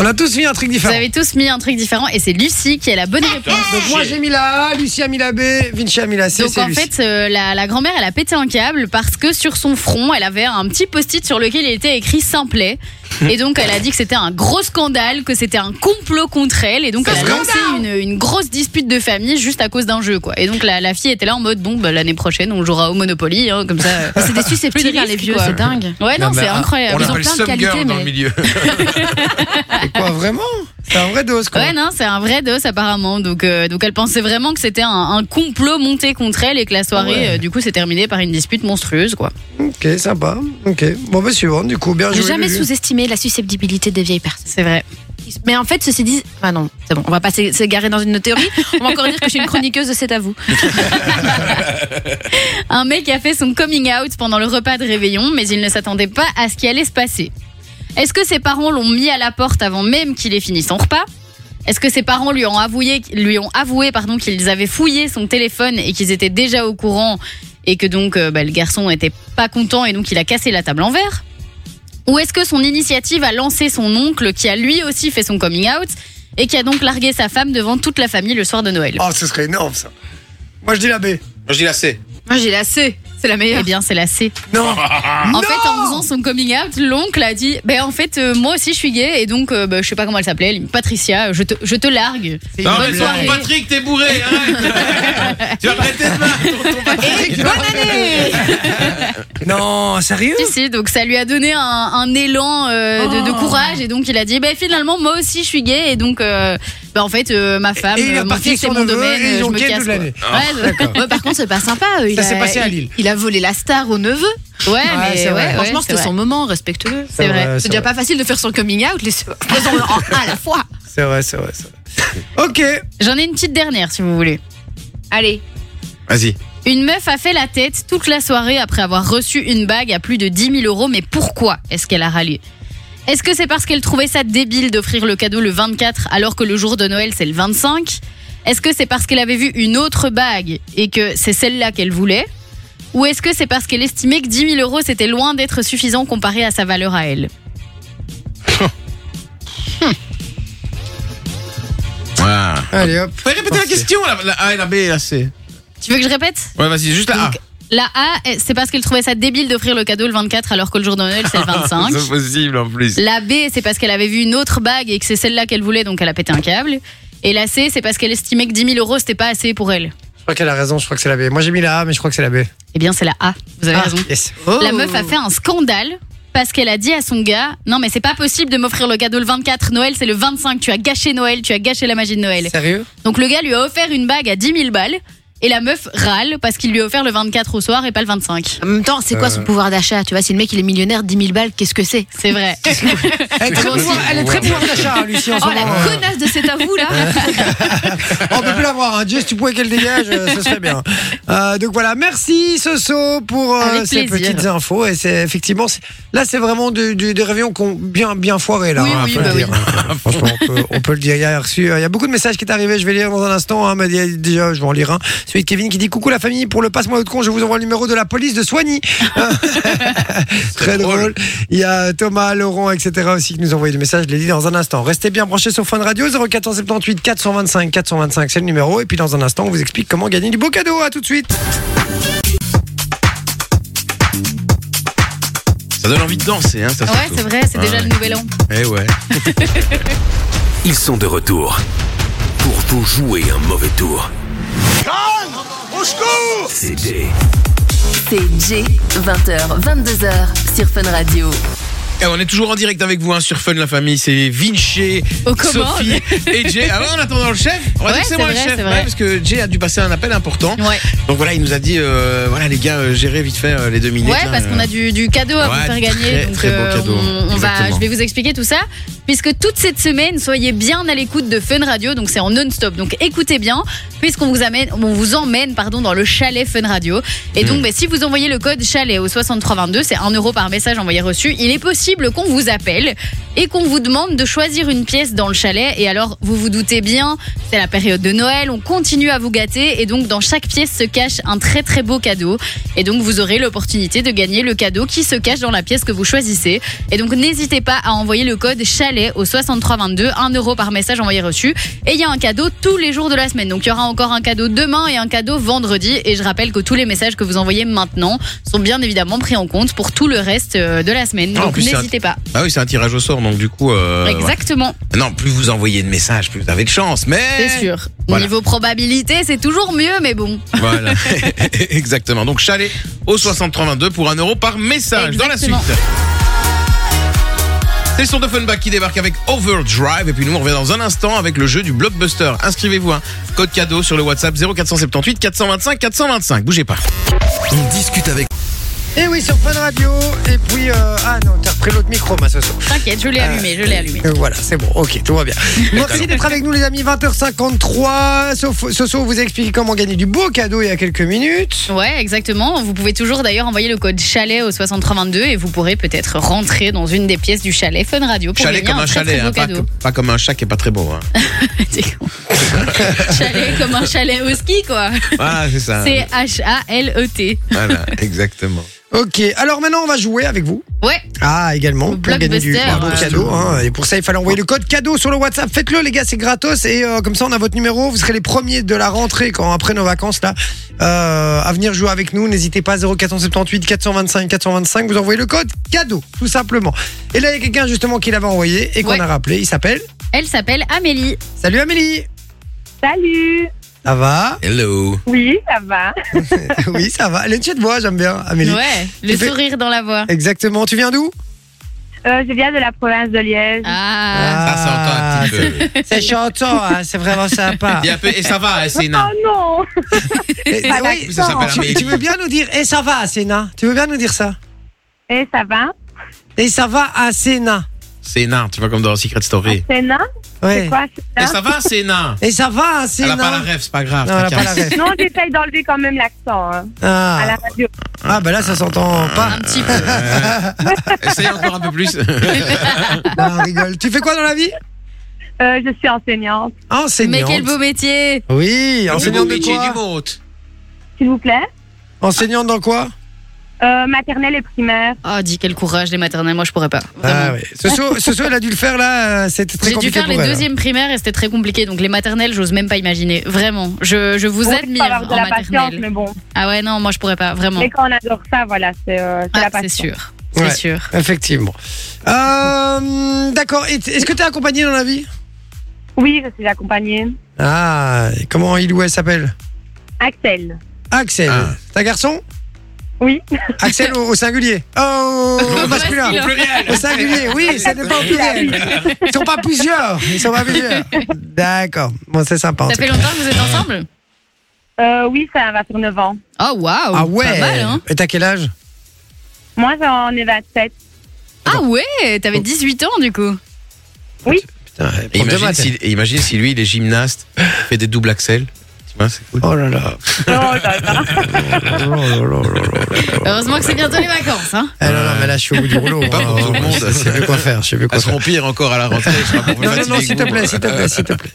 Speaker 2: On a tous mis un truc
Speaker 5: Vous
Speaker 2: différent.
Speaker 5: avez tous mis un truc différent et c'est Lucie qui a la bonne réponse.
Speaker 2: Donc moi j'ai mis la A, Lucie a mis la B, Vinci a mis la C.
Speaker 5: Donc
Speaker 2: c'est
Speaker 5: en
Speaker 2: Lucie.
Speaker 5: fait, euh, la, la grand-mère, elle a pété un câble parce que sur son front, elle avait un petit post-it sur lequel il était écrit Simplet. Et donc elle a dit que c'était un gros scandale, que c'était un complot contre elle. Et donc elle a lancé une, une grosse dispute de famille juste à cause d'un jeu. quoi. Et donc la, la fille était là en mode, bon, bah, l'année prochaine, on jouera au Monopoly, hein, comme ça. euh.
Speaker 3: C'est des
Speaker 5: Plus
Speaker 3: susceptibles,
Speaker 5: de
Speaker 3: hein, les
Speaker 5: risques,
Speaker 3: vieux,
Speaker 5: quoi.
Speaker 3: c'est dingue.
Speaker 5: Ouais, non,
Speaker 4: Non, mais,
Speaker 5: c'est
Speaker 4: ah,
Speaker 5: incroyable.
Speaker 4: On
Speaker 5: Ils ont
Speaker 4: l'appelle
Speaker 5: plein de
Speaker 4: Some
Speaker 5: qualités,
Speaker 4: Girl dans le
Speaker 5: mais-
Speaker 4: milieu.
Speaker 2: Quoi, vraiment C'est un vrai dos, quoi.
Speaker 5: Ouais, non, c'est un vrai dos apparemment. Donc, euh, donc elle pensait vraiment que c'était un, un complot monté contre elle et que la soirée, euh, du coup, s'est terminée par une dispute monstrueuse, quoi.
Speaker 2: ok, sympa. Ok. Bon, bah, suivante, du coup, bien
Speaker 3: J'ai
Speaker 2: joué.
Speaker 3: jamais
Speaker 2: Lulu.
Speaker 3: sous-estimé la susceptibilité des vieilles personnes.
Speaker 5: C'est vrai.
Speaker 3: Mais en fait, ceci dit, ah non, c'est bon, on va pas s'é- s'égarer dans une autre théorie. On va encore dire que je suis une chroniqueuse de C'est à vous.
Speaker 5: Un mec a fait son coming out pendant le repas de réveillon, mais il ne s'attendait pas à ce qui allait se passer. Est-ce que ses parents l'ont mis à la porte avant même qu'il ait fini son repas Est-ce que ses parents lui ont avoué, lui ont avoué pardon, qu'ils avaient fouillé son téléphone et qu'ils étaient déjà au courant et que donc euh, bah, le garçon était pas content et donc il a cassé la table en verre Ou est-ce que son initiative a lancé son oncle qui a lui aussi fait son coming out et qui a donc largué sa femme devant toute la famille le soir de Noël
Speaker 2: Oh, ce serait énorme, ça. Moi, je dis la B.
Speaker 4: Moi, Je dis la C.
Speaker 3: Moi, j'ai la C, c'est la
Speaker 5: Eh
Speaker 3: meilleure.
Speaker 5: bien c'est la C.
Speaker 2: Non.
Speaker 5: En fait, en faisant son coming out, l'oncle a dit Ben en fait, euh, moi aussi je suis gay et donc euh, bah, je sais pas comment elle s'appelait, elle dit, Patricia, je te, je te largue.
Speaker 4: Non,
Speaker 5: bonne
Speaker 4: mais ton
Speaker 5: soirée.
Speaker 4: Patrick, t'es bourré, arrête. Tu vas arrêter demain. ton- ton Patrick.
Speaker 2: Ah, Non, sérieux
Speaker 5: Si, si, donc ça lui a donné un, un élan euh, de,
Speaker 2: Oh.
Speaker 5: de courage et donc il a dit Ben finalement, moi aussi je suis gay et donc euh, bah, en fait, euh, ma femme,
Speaker 2: Et il est
Speaker 5: euh, mon
Speaker 2: reparti
Speaker 5: fils, c'est
Speaker 2: sur
Speaker 5: mon
Speaker 2: neveu
Speaker 5: domaine,
Speaker 2: et ils
Speaker 5: euh,
Speaker 2: ont
Speaker 5: je me
Speaker 2: gay
Speaker 5: casse.
Speaker 2: toute
Speaker 5: quoi.
Speaker 2: l'année. Ah,
Speaker 5: Ouais,
Speaker 3: Ouais, par contre, c'est pas sympa. euh, Il
Speaker 2: Ça
Speaker 3: a-
Speaker 2: s'est passé à Lille.
Speaker 3: Il, il a volé la star au neveu.
Speaker 5: ouais,
Speaker 3: Ah,
Speaker 2: c'est
Speaker 5: mais
Speaker 2: vrai.
Speaker 5: ouais,
Speaker 3: Franchement,
Speaker 5: ouais, c'est
Speaker 3: c'était
Speaker 5: vrai.
Speaker 3: son moment, respecte-le.
Speaker 5: C'est vrai.
Speaker 2: vrai,
Speaker 3: C'est déjà
Speaker 2: vrai.
Speaker 3: pas facile de faire son coming out, les faisons-le en un à la fois.
Speaker 2: C'est vrai, c'est vrai, c'est vrai. Ok.
Speaker 5: J'en ai une petite dernière si vous voulez.
Speaker 3: Allez.
Speaker 4: Vas-y.
Speaker 5: Une meuf a fait la tête toute la soirée après avoir reçu une bague à plus de 10 000 euros, mais pourquoi est-ce qu'elle a râlé Est-ce que c'est parce qu'elle trouvait ça débile d'offrir le cadeau le 24 alors que le jour de Noël c'est le 25 Est-ce que c'est parce qu'elle avait vu une autre bague et que c'est celle-là qu'elle voulait Ou est-ce que c'est parce qu'elle estimait que 10 000 euros c'était loin d'être suffisant comparé à sa valeur à elle
Speaker 4: Voilà.
Speaker 2: Allez, hop.
Speaker 4: Fais répéter la question, la, la A et la B et la C.
Speaker 5: Tu veux que je répète
Speaker 4: Ouais, vas-y, juste la A.
Speaker 5: Donc, La A, eh, c'est parce qu'elle trouvait ça débile d'offrir le cadeau le 24 alors que le jour de Noël c'est le 25.
Speaker 4: C'est possible en plus.
Speaker 5: La B, c'est parce qu'elle avait vu une autre bague et que c'est celle-là qu'elle voulait, donc elle a pété un câble. Et la C, c'est parce qu'elle estimait que 10 000 euros, c'était pas assez pour elle.
Speaker 2: Je crois qu'elle a raison, je crois que c'est la B. Moi, j'ai mis la A, mais je crois que c'est la B.
Speaker 5: Eh bien, c'est la A. Vous avez
Speaker 2: Ah,
Speaker 5: raison.
Speaker 2: yes.
Speaker 5: La meuf
Speaker 2: Oh.
Speaker 5: a fait un scandale parce qu'elle a dit à son gars Non, mais c'est pas possible de m'offrir le cadeau le 24. Noël, c'est le 25. Tu as gâché Noël, tu as gâché la magie de Noël.
Speaker 2: Sérieux
Speaker 5: Donc le gars lui a offert une bague à 10 000 balles. Et la meuf râle parce qu'il lui a offert le 24 au soir et pas le 25.
Speaker 3: En même temps, c'est quoi son pouvoir d'achat Tu vois, si le mec il est millionnaire, 10 000 balles, qu'est-ce que c'est
Speaker 5: C'est vrai.
Speaker 2: Elle est très pouvoir, elle est très pouvoir d'achat, hein, Lucie, en ce
Speaker 3: Oh la
Speaker 2: moment.
Speaker 5: euh,
Speaker 3: connasse de cet avou là
Speaker 2: On peut plus l'avoir, hein. Jess, tu pouvais qu'elle dégage, euh, ce serait bien. Euh, donc voilà, merci Soso pour euh,
Speaker 5: Avec
Speaker 2: ces
Speaker 5: plaisir.
Speaker 2: petites infos. Et c'est effectivement, c'est- là, c'est vraiment du- du- des réveillons qu'on bien, bien foirés là.
Speaker 5: Oui,
Speaker 2: hein,
Speaker 5: oui,
Speaker 2: on peut
Speaker 5: bah
Speaker 2: le dire. Franchement, on peut, on peut le dire. Il y a reçu, euh, il y a beaucoup de messages qui est arrivé. Je vais lire dans un instant. hein, mais il y a- déjà, je vais en lire un. Celui de Kevin qui dit coucou la famille pour le passe-moi de con. Je vous envoie le numéro de la police de Soigny. Très drôle. Il y a Thomas, Laurent, etc. aussi qui nous envoient des messages. Je les lis dans un instant. Restez bien branchés sur Fun Radio 0478 425 425. C'est le numéro. Et puis dans un instant, on vous explique comment gagner du beau cadeau. À tout de suite.
Speaker 4: Ça donne envie de danser, hein, ça
Speaker 5: Ouais, c'est vrai, c'est déjà le nouvel an.
Speaker 4: Eh ouais.
Speaker 1: Ils sont de retour pour vous jouer un mauvais tour. Au secours C'était
Speaker 6: C'est J, 20h, 22h sur Fun Radio.
Speaker 4: Et Eh, on est toujours en direct avec vous hein, sur Fun la famille, c'est Vinci,
Speaker 5: Aux commandes.
Speaker 4: Sophie et Jay. Ah ouais, en attendant le chef, on va
Speaker 5: Ouais,
Speaker 4: dire que c'est
Speaker 5: c'est
Speaker 4: moi le
Speaker 5: vrai,
Speaker 4: chef,
Speaker 5: c'est vrai.
Speaker 4: ouais, parce que Jay a dû passer un appel important.
Speaker 5: Ouais,
Speaker 4: Donc voilà, il nous a dit, euh, voilà les gars, euh, gérez vite fait euh, les deux minutes.
Speaker 5: ouais
Speaker 4: là,
Speaker 5: parce
Speaker 4: euh.
Speaker 5: qu'on a du, du cadeau à
Speaker 4: Ouais,
Speaker 5: vous
Speaker 4: du
Speaker 5: faire gagner.
Speaker 4: très,
Speaker 5: donc euh,
Speaker 4: très beau cadeau.
Speaker 5: on- on va,
Speaker 4: Exactement.
Speaker 5: je vais vous expliquer tout ça. Puisque toute cette semaine, soyez bien à l'écoute de Fun Radio, donc c'est en non-stop. Donc écoutez bien, puisqu'on vous amène, on vous emmène pardon dans le chalet Fun Radio. Et
Speaker 4: Mm.
Speaker 5: donc, bah, si vous envoyez le code chalet au 6322, c'est 1 euro par message envoyé reçu. Il est possible qu'on vous appelle et qu'on vous demande de choisir une pièce dans le chalet. Et alors, vous vous doutez bien, c'est la période de Noël, on continue à vous gâter. Et donc, dans chaque pièce se cache un très très beau cadeau. Et donc, vous aurez l'opportunité de gagner le cadeau qui se cache dans la pièce que vous choisissez. Et donc, n'hésitez pas à envoyer le code chalet au 6322, 1 euro par message envoyé reçu. Et il y a un cadeau tous les jours de la semaine. Donc, il y aura encore un cadeau demain et un cadeau vendredi. Et je rappelle que tous les messages que vous envoyez maintenant sont bien évidemment pris en compte pour tout le reste euh, de la semaine.
Speaker 4: Ah, en
Speaker 5: Donc,
Speaker 4: plus, c'est un-
Speaker 5: n'hésitez pas.
Speaker 4: Ah oui, c'est un tirage au sort, donc du coup. euh,
Speaker 5: Exactement.
Speaker 4: ouais. Non, plus vous envoyez de messages, plus vous avez de chance, mais.
Speaker 5: C'est sûr.
Speaker 4: Voilà.
Speaker 5: Niveau probabilité, c'est toujours mieux, mais bon.
Speaker 4: Voilà, exactement. Donc chalet au 6322 pour 1 euro par message. Dans
Speaker 5: Exactement.
Speaker 4: la suite. C'est le son de Funback qui débarque avec Overdrive. Et puis nous, on revient dans un instant avec le jeu du blockbuster. Inscrivez-vous, hein. code cadeau sur le WhatsApp 0478 425 425. Bougez pas.
Speaker 1: On discute avec
Speaker 2: Et oui, sur Fun Radio. Et puis, euh, ah non, t'as repris l'autre micro, ma Soso.
Speaker 5: T'inquiète, je l'ai allumé, je l'ai allumé.
Speaker 2: Euh, Voilà, c'est bon, ok, tout va bien. Merci d'être avec nous les amis, 20h53. Sof- Soso vous a expliqué comment gagner du beau cadeau il y a quelques minutes.
Speaker 5: Ouais, exactement. Vous pouvez toujours d'ailleurs envoyer le code chalet au 6322 et vous pourrez peut-être rentrer dans une des pièces du chalet Fun Radio pour
Speaker 4: chalet
Speaker 5: gagner
Speaker 4: comme un,
Speaker 5: très,
Speaker 4: chalet,
Speaker 5: très beau
Speaker 4: hein, pas,
Speaker 5: cadeau.
Speaker 4: pas comme un chat qui est pas très beau. Hein.
Speaker 5: T'es con. chalet comme un chalet au ski, quoi.
Speaker 4: voilà, Ah, c'est
Speaker 2: Ah
Speaker 4: ça.
Speaker 5: C'est H-A-L-E-T.
Speaker 4: Voilà, exactement.
Speaker 2: Ok, alors maintenant on va jouer avec vous.
Speaker 5: Ouais,
Speaker 2: Ah, également, pour gagner du
Speaker 5: Blockbuster,
Speaker 2: beau
Speaker 5: ouais.
Speaker 2: cadeau. hein. Et pour ça, il fallait envoyer le code cadeau sur le WhatsApp. Faites-le, les gars, c'est gratos. Et euh, comme ça, on a votre numéro. Vous serez les premiers de la rentrée, quand après nos vacances, là, euh, à venir jouer avec nous. N'hésitez pas, 0478 425 425. Vous envoyez le code cadeau, tout simplement. Et là, il y a quelqu'un justement qui l'avait envoyé et qu'on
Speaker 5: Ouais.
Speaker 2: a rappelé. Il s'appelle.
Speaker 5: elle s'appelle Amélie.
Speaker 2: Salut Amélie
Speaker 7: Salut
Speaker 2: Ça va
Speaker 4: Hello.
Speaker 7: Oui, ça va.
Speaker 2: Oui, ça va. Elle a une petite voix, j'aime bien, Amélie.
Speaker 5: Ouais, le
Speaker 2: Tu fais-
Speaker 5: sourire dans la voix.
Speaker 2: Exactement. Tu viens d'où
Speaker 7: Euh, je viens de la province de Liège.
Speaker 5: Ah,
Speaker 4: Ça s'entend un petit peu.
Speaker 2: Ah, C'est chantant, hein, c'est vraiment sympa.
Speaker 4: Il y a un peu- Et ça va, hein, Sénat.
Speaker 5: Ah.
Speaker 7: Oh non
Speaker 2: Et-
Speaker 7: Ah,
Speaker 2: oui,
Speaker 4: ça s'appelle
Speaker 2: tu,
Speaker 4: Amélie.
Speaker 2: tu veux bien nous dire Et ça va, Sénat Tu veux bien nous dire ça
Speaker 7: Et Eh, ça va
Speaker 2: Et ça va à Sénat.
Speaker 4: Sénat, tu vois comme dans Secret Story.
Speaker 7: C'est nain
Speaker 2: Ouais.
Speaker 7: Quoi,
Speaker 4: Et
Speaker 7: c'est
Speaker 4: ça va, Sénat
Speaker 2: Et ça va à
Speaker 4: Elle
Speaker 2: Sénat
Speaker 4: a pas la rêve, c'est pas grave.
Speaker 2: Non, elle a pas
Speaker 4: t'inquiète.
Speaker 2: la ref.
Speaker 7: Non, j'essaye d'enlever quand même l'accent hein, à la
Speaker 2: Ah.
Speaker 7: radio.
Speaker 2: Ah, bah là, ça s'entend pas.
Speaker 5: un petit peu.
Speaker 4: Essaye encore un peu plus.
Speaker 2: Ah, on rigole. Tu fais quoi dans la vie
Speaker 7: Euh, je suis enseignante,
Speaker 5: Mais
Speaker 2: Enseignante.
Speaker 5: quel beau métier.
Speaker 2: Oui,
Speaker 4: Enseignant
Speaker 2: enseignante de
Speaker 4: métier du
Speaker 2: quoi
Speaker 4: mot haute.
Speaker 7: s'il vous plaît.
Speaker 2: Enseignante dans quoi
Speaker 7: Euh, maternelle et primaire.
Speaker 5: Oh, dis quel courage les maternelles, moi je pourrais pas. Vraiment.
Speaker 2: Ah, oui. Ce soir, ce soir, elle a dû le faire là. euh, C'était très
Speaker 5: J'ai dû
Speaker 2: compliqué
Speaker 5: faire les
Speaker 2: pour elle. hein.
Speaker 5: deuxièmes primaires et c'était très compliqué. Donc les maternelles, j'ose même pas imaginer. Vraiment, je, je vous
Speaker 7: Bon, il faut
Speaker 5: admire
Speaker 7: avoir de
Speaker 5: en
Speaker 7: la patience,
Speaker 5: maternelle.
Speaker 7: mais bon.
Speaker 5: Ah ouais, non, moi je pourrais pas, vraiment.
Speaker 7: Mais quand on adore ça, voilà, c'est euh, c'est
Speaker 5: Ah,
Speaker 7: la
Speaker 5: c'est
Speaker 7: patience.
Speaker 5: sûr,
Speaker 2: Ouais.
Speaker 5: c'est sûr.
Speaker 2: Effectivement. Euh, D'accord. Et t- Est-ce que t'es accompagné dans la vie
Speaker 7: Oui, je suis accompagnée.
Speaker 2: Ah, et comment il ou elle s'appelle
Speaker 7: Axel.
Speaker 2: Axel.
Speaker 4: Ah.
Speaker 2: C'est un garçon
Speaker 7: Oui.
Speaker 2: Axel au, au singulier. Oh, au masculin.
Speaker 5: masculin.
Speaker 2: Au singulier, oui, ça n'est pas au pluriel. Ils sont pas plusieurs. Ils sont pas plusieurs. D'accord. Bon, c'est sympa. en
Speaker 5: Ça
Speaker 2: tout
Speaker 5: fait
Speaker 2: cas.
Speaker 5: longtemps que vous êtes ensemble
Speaker 7: Euh, oui, ça va sur 9 ans.
Speaker 5: Ah, waouh!
Speaker 2: ah ouais
Speaker 5: Pas mal, hein?
Speaker 2: Et t'as quel âge
Speaker 7: Moi, j'en ai 27.
Speaker 5: Ah ouais! T'avais 18 ans, du coup.
Speaker 2: Putain, prof
Speaker 4: Et
Speaker 2: de
Speaker 4: imagine,
Speaker 2: maths.
Speaker 4: si, et imagine si lui, il est gymnaste, fait des doubles axels. Tu vois, c'est cool.
Speaker 2: Oh là là.
Speaker 7: Oh
Speaker 2: Oh
Speaker 7: là là.
Speaker 2: là là là là là là.
Speaker 5: Heureusement que c'est bientôt les vacances, hein?
Speaker 2: Ah non, non, mais là, je suis au bout du rouleau.
Speaker 4: Pas
Speaker 2: hein.
Speaker 4: pour tout le monde.
Speaker 2: Je sais plus quoi faire. Je sais plus quoi
Speaker 4: Elles
Speaker 2: faire.
Speaker 4: seront pires encore à la rentrée. je serai pas pour
Speaker 2: Non, non,
Speaker 4: fatiguer
Speaker 2: non, s'il te
Speaker 4: vous.
Speaker 2: plaît, s'il te plaît, s'il te plaît.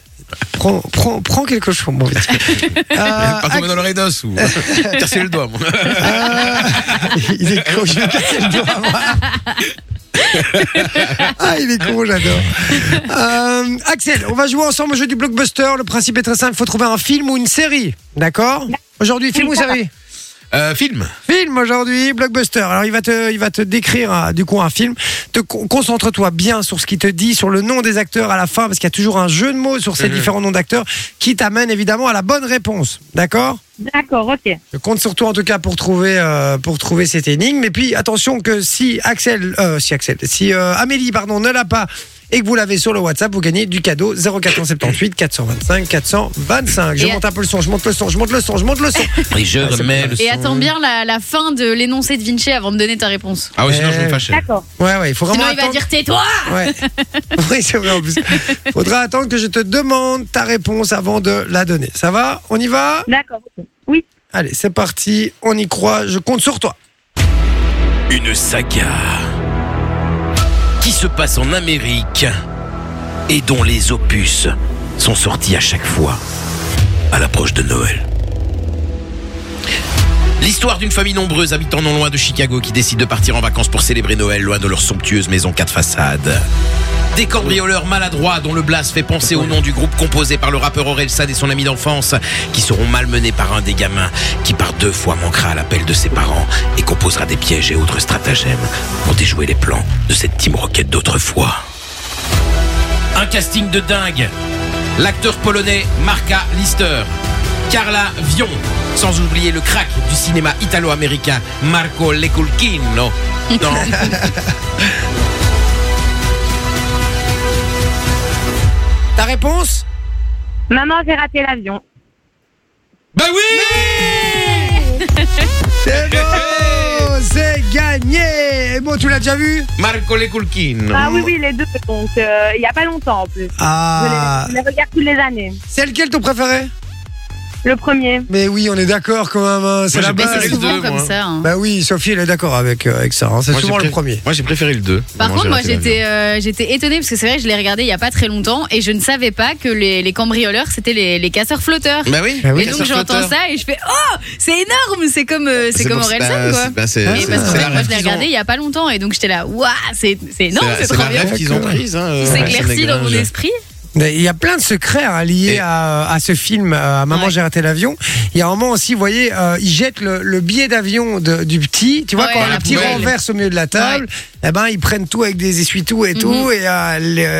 Speaker 2: Prends, prends, prends quelque chose, mon petit. Euh,
Speaker 4: Pas tomber dans l'oreille d'un sou. Casser le doigt, moi.
Speaker 2: Ah, il est con, je vais casser le doigt. moi. ah, il est con, j'adore. Euh, Axel, on va jouer ensemble au jeu du blockbuster. Le principe est très simple, il faut trouver un film ou une série. D'accord Aujourd'hui, film ou série
Speaker 4: Euh, film.
Speaker 2: Film aujourd'hui, blockbuster. Alors il va te, il va te décrire hein, du coup un film. Te con- concentre-toi bien sur ce qu'il te dit, sur le nom des acteurs à la fin, parce qu'il y a toujours un jeu de mots sur ces
Speaker 4: Mhm.
Speaker 2: différents noms d'acteurs qui t'amène évidemment à la bonne réponse. D'accord
Speaker 7: D'accord, ok.
Speaker 2: je compte sur toi en tout cas pour trouver euh, pour trouver cette énigme. Et puis attention que si Axel, euh, si Axel, si euh, Amélie pardon ne l'a pas et que vous l'avez sur le WhatsApp, vous gagnez du cadeau 0478 425 425. Je
Speaker 5: Et-
Speaker 2: monte un peu le son, je monte le son, je monte le son, je monte le son.
Speaker 4: Et je remets le
Speaker 5: Et attends bien la, la fin de l'énoncé de Vinci avant de donner ta réponse.
Speaker 4: Ah oui, sinon je vais
Speaker 2: Euh,
Speaker 4: me fâcher.
Speaker 7: D'accord.
Speaker 2: Ouais ouais, il faut vraiment
Speaker 5: Sinon, il va
Speaker 2: attendre.
Speaker 5: dire ah. tais-toi!
Speaker 2: Ouais. oui, c'est vrai en plus. Faudra attendre que je te demande ta réponse avant de la donner. Ça va On y va
Speaker 7: D'accord. ok.
Speaker 2: Allez, c'est parti. On y croit. Je compte sur toi.
Speaker 1: Une saga qui se passe en Amérique et dont les opus sont sortis à chaque fois à l'approche de Noël.
Speaker 4: L'histoire d'une famille nombreuse habitant non loin de Chicago qui décide de partir en vacances pour célébrer Noël loin de leur somptueuse maison quatre façades. Des cambrioleurs maladroits dont le blast fait penser au nom du groupe composé par le rappeur Aurel Sad et son ami d'enfance qui seront malmenés par un des gamins qui par deux fois manquera à l'appel de ses parents et composera des pièges et autres stratagèmes pour déjouer les plans de cette team rocket d'autrefois. Un casting de dingue L'acteur polonais Marka Lister. Carla Vion. Sans oublier le crack du cinéma italo-américain Marco Leculchino. Non.
Speaker 2: Ta réponse
Speaker 7: Maman, j'ai raté l'avion.
Speaker 4: bah oui
Speaker 2: C'est
Speaker 4: Eh,
Speaker 2: bon C'est gagné Et bon, tu l'as déjà vu
Speaker 4: eh. Marco Leculchino.
Speaker 7: Ah oui, oui, les deux. Donc, euh, il y a pas longtemps en plus.
Speaker 2: Ah
Speaker 7: Je, les, je les regarde toutes les années.
Speaker 2: C'est lequel ton préféré
Speaker 7: Le premier.
Speaker 2: Mais oui, on est d'accord quand même. hein, c'est la
Speaker 4: Moi, j'ai
Speaker 5: Mais
Speaker 4: pas
Speaker 2: base.
Speaker 5: c'est
Speaker 4: les
Speaker 5: souvent
Speaker 4: deux,
Speaker 5: comme
Speaker 4: moi.
Speaker 5: ça. hein.
Speaker 2: Bah oui, Sophie, elle est d'accord avec, euh, avec ça. hein, C'est
Speaker 4: Moi, j'ai
Speaker 2: souvent le
Speaker 4: pré-
Speaker 2: premier.
Speaker 4: Moi j'ai préféré le 2.
Speaker 5: Par contre, moi, j'étais, euh, j'étais étonnée parce que c'est vrai, je l'ai regardé il y a pas très longtemps et je ne savais pas que les, les cambrioleurs c'était les, les casseurs flotteurs.
Speaker 4: Bah oui,
Speaker 2: Bah oui.
Speaker 5: et donc j'entends ça et je fais oh c'est énorme, c'est comme euh, c'est comme Orelsan quoi.
Speaker 4: C'est
Speaker 5: Et
Speaker 2: c'est-
Speaker 5: parce qu'en
Speaker 2: c'est
Speaker 5: fait,
Speaker 2: la
Speaker 5: moi je l'ai regardé il y a pas longtemps et donc j'étais là waouh c'est c'est énorme, Ah, c'est trop bien.
Speaker 2: rêve qu'ils ont
Speaker 4: prise. hein, euh,
Speaker 5: Tout s'éclaircit dans mon esprit.
Speaker 2: Mais Il y a plein de secrets hein, liés
Speaker 4: Et-
Speaker 2: à, à ce film, euh, à Maman
Speaker 5: Ouais.
Speaker 2: j'ai raté l'avion. Il y a un moment aussi, vous voyez, euh, ils jettent le, le billet d'avion de- du petit. Tu vois,
Speaker 5: Ouais,
Speaker 2: quand
Speaker 5: à la
Speaker 2: le petit
Speaker 5: poubelle.
Speaker 2: renverse au milieu de la table, eh ben, ils prennent tout avec des essuie-tout et
Speaker 4: Mhm.
Speaker 2: tout. Et euh,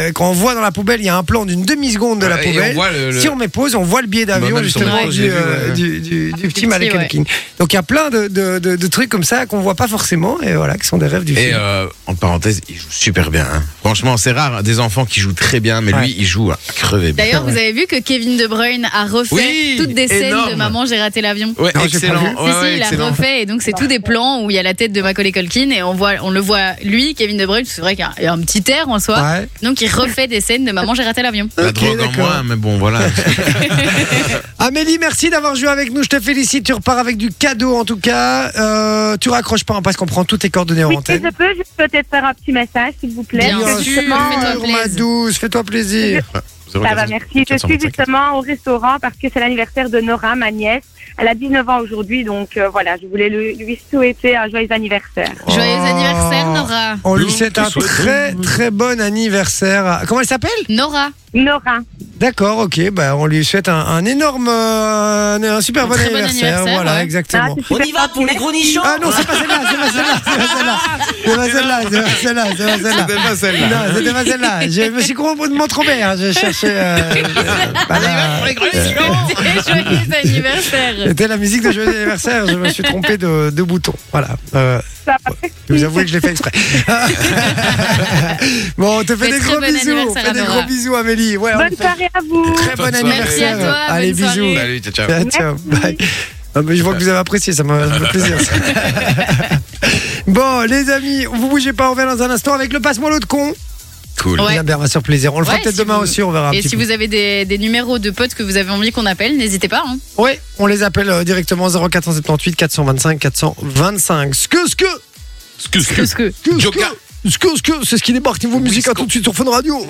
Speaker 2: le- quand on voit dans la poubelle, il y a un plan d'une demi-seconde de la
Speaker 4: Ouais, et on
Speaker 2: poubelle.
Speaker 4: voit le- le-
Speaker 2: Si on met pause, on voit le billet d'avion
Speaker 4: Bah, même sur
Speaker 2: justement
Speaker 4: le-
Speaker 2: du,
Speaker 4: j'ai vu,
Speaker 2: euh,
Speaker 4: ouais. Ah,
Speaker 2: du, du- du petit
Speaker 5: petit,
Speaker 2: Malek
Speaker 5: ouais.
Speaker 2: King. Donc il y a plein de, de- de- de trucs comme ça qu'on voit pas forcément et voilà, qui sont des rêves du
Speaker 4: Et
Speaker 2: film.
Speaker 4: euh, en parenthèse, il joue super bien. hein. Franchement, c'est rare hein, des enfants qui jouent très bien, mais
Speaker 2: Ouais.
Speaker 4: lui, il joue à crever. bien.
Speaker 5: D'ailleurs, vous avez vu que Kevin De Bruyne a refait
Speaker 4: Oui,
Speaker 5: toutes des scènes
Speaker 4: énorme.
Speaker 5: de Maman j'ai raté l'avion. Ah,
Speaker 4: Ouais,
Speaker 2: Non, j'ai
Speaker 4: excellent.
Speaker 2: pas vu.
Speaker 4: Ouais,
Speaker 5: si, si,
Speaker 4: ouais,
Speaker 5: il a
Speaker 4: excellent.
Speaker 5: refait et donc c'est tous des plans où il y a la tête de Macaulay Culkin et on voit, on le voit lui, Kevin De Bruyne, c'est vrai qu'il y a un petit air en soi.
Speaker 2: Ouais.
Speaker 5: Donc il refait des scènes de Maman j'ai raté l'avion.
Speaker 4: La
Speaker 2: Ok,
Speaker 4: drogue en
Speaker 2: d'accord.
Speaker 4: moi, mais bon, voilà.
Speaker 2: Amélie, merci d'avoir joué avec nous. Je te félicite. Tu repars avec du cadeau en tout cas. Euh, tu raccroches pas hein, parce qu'on prend toutes tes coordonnées en
Speaker 7: Oui, si
Speaker 2: antenne.
Speaker 7: je peux, je peux peut-être faire un petit message, s'il vous plaît.
Speaker 5: Bien
Speaker 7: Je suis
Speaker 5: sûr,
Speaker 7: justement,
Speaker 5: fais-toi
Speaker 7: euh,
Speaker 2: Bonjour, ma
Speaker 5: plaisir.
Speaker 2: douce, fais-toi plaisir.
Speaker 7: Ça va, merci. Je suis justement au restaurant parce que c'est l'anniversaire de Nora, ma nièce. Elle a 19 ans aujourd'hui, donc euh, voilà, je voulais lui, lui souhaiter un joyeux anniversaire.
Speaker 5: Joyeux
Speaker 2: Oh.
Speaker 5: anniversaire Nora.
Speaker 2: On lui
Speaker 4: Nous
Speaker 2: souhaite
Speaker 4: te
Speaker 2: un
Speaker 4: souhaitons-
Speaker 2: très très bon anniversaire. Comment elle s'appelle
Speaker 5: Nora,
Speaker 7: Nora,
Speaker 2: D'accord, ok. Bah, on lui souhaite un, un énorme, euh, un, un super
Speaker 5: Un
Speaker 2: bon
Speaker 5: très bon
Speaker 2: anniversaire.
Speaker 5: anniversaire,
Speaker 2: Voilà,
Speaker 5: ouais.
Speaker 2: exactement.
Speaker 7: Ah, c'est super gentil, merci.
Speaker 2: Ah non, c'est pas celle-là, c'est pas celle-là, c'est pas celle-là, c'est pas celle-là, c'est pas celle-là, c'est pas celle-là.
Speaker 4: C'était pas celle-là.
Speaker 2: Non, c'était pas celle-là. Je me suis complètement Bah, trompé. Hein. Je cherchais. euh, euh, voilà.
Speaker 5: joyeux anniversaire. d'anniversaire.
Speaker 2: C'était la musique de Joyeux anniversaire. Je me suis trompé de, de bouton. Voilà. Euh,
Speaker 7: Ça va.
Speaker 2: je vous avoue que je l'ai fait exprès. bon, on te fait
Speaker 5: Mais
Speaker 2: des
Speaker 5: très
Speaker 2: gros
Speaker 5: bon
Speaker 2: bisous. On
Speaker 5: anniversaire
Speaker 2: fait
Speaker 5: à
Speaker 2: des
Speaker 5: Nora.
Speaker 2: gros bisous, Amélie. Ouais, on
Speaker 7: Bonne
Speaker 2: fait-
Speaker 7: soirée à vous.
Speaker 2: Très bon
Speaker 4: Bonne soirée.
Speaker 2: anniversaire.
Speaker 5: Merci à toi,
Speaker 2: Allez,
Speaker 5: bonne
Speaker 2: bisous.
Speaker 5: soirée.
Speaker 4: Salut, ciao, ciao.
Speaker 2: Ciao, ciao. Bye. Ah, mais je vois que vous avez apprécié, ça m'a ça me fait plaisir. ça. bon, les amis, vous bougez pas, on revient dans un instant avec le passe-moi l'autre con. Eh
Speaker 4: Cool.
Speaker 5: Ouais.
Speaker 2: Bien, bien, on va se faire plaisir. On le fera
Speaker 5: Ouais,
Speaker 2: peut-être
Speaker 5: si
Speaker 2: demain
Speaker 5: vous-
Speaker 2: aussi, on verra un
Speaker 5: Et
Speaker 2: petit
Speaker 5: si
Speaker 2: peu.
Speaker 5: vous avez des, des numéros de potes que vous avez envie qu'on appelle, n'hésitez pas. hein.
Speaker 2: Oui, on les appelle euh, directement 0478 425 425. Ce que, ce que,
Speaker 4: Excuse,
Speaker 5: Parce que
Speaker 2: ce que, ce que,
Speaker 4: Joker.
Speaker 2: ce que, ce que, c'est ce qui débarque niveau musique à tout de suite sur Fun Radio.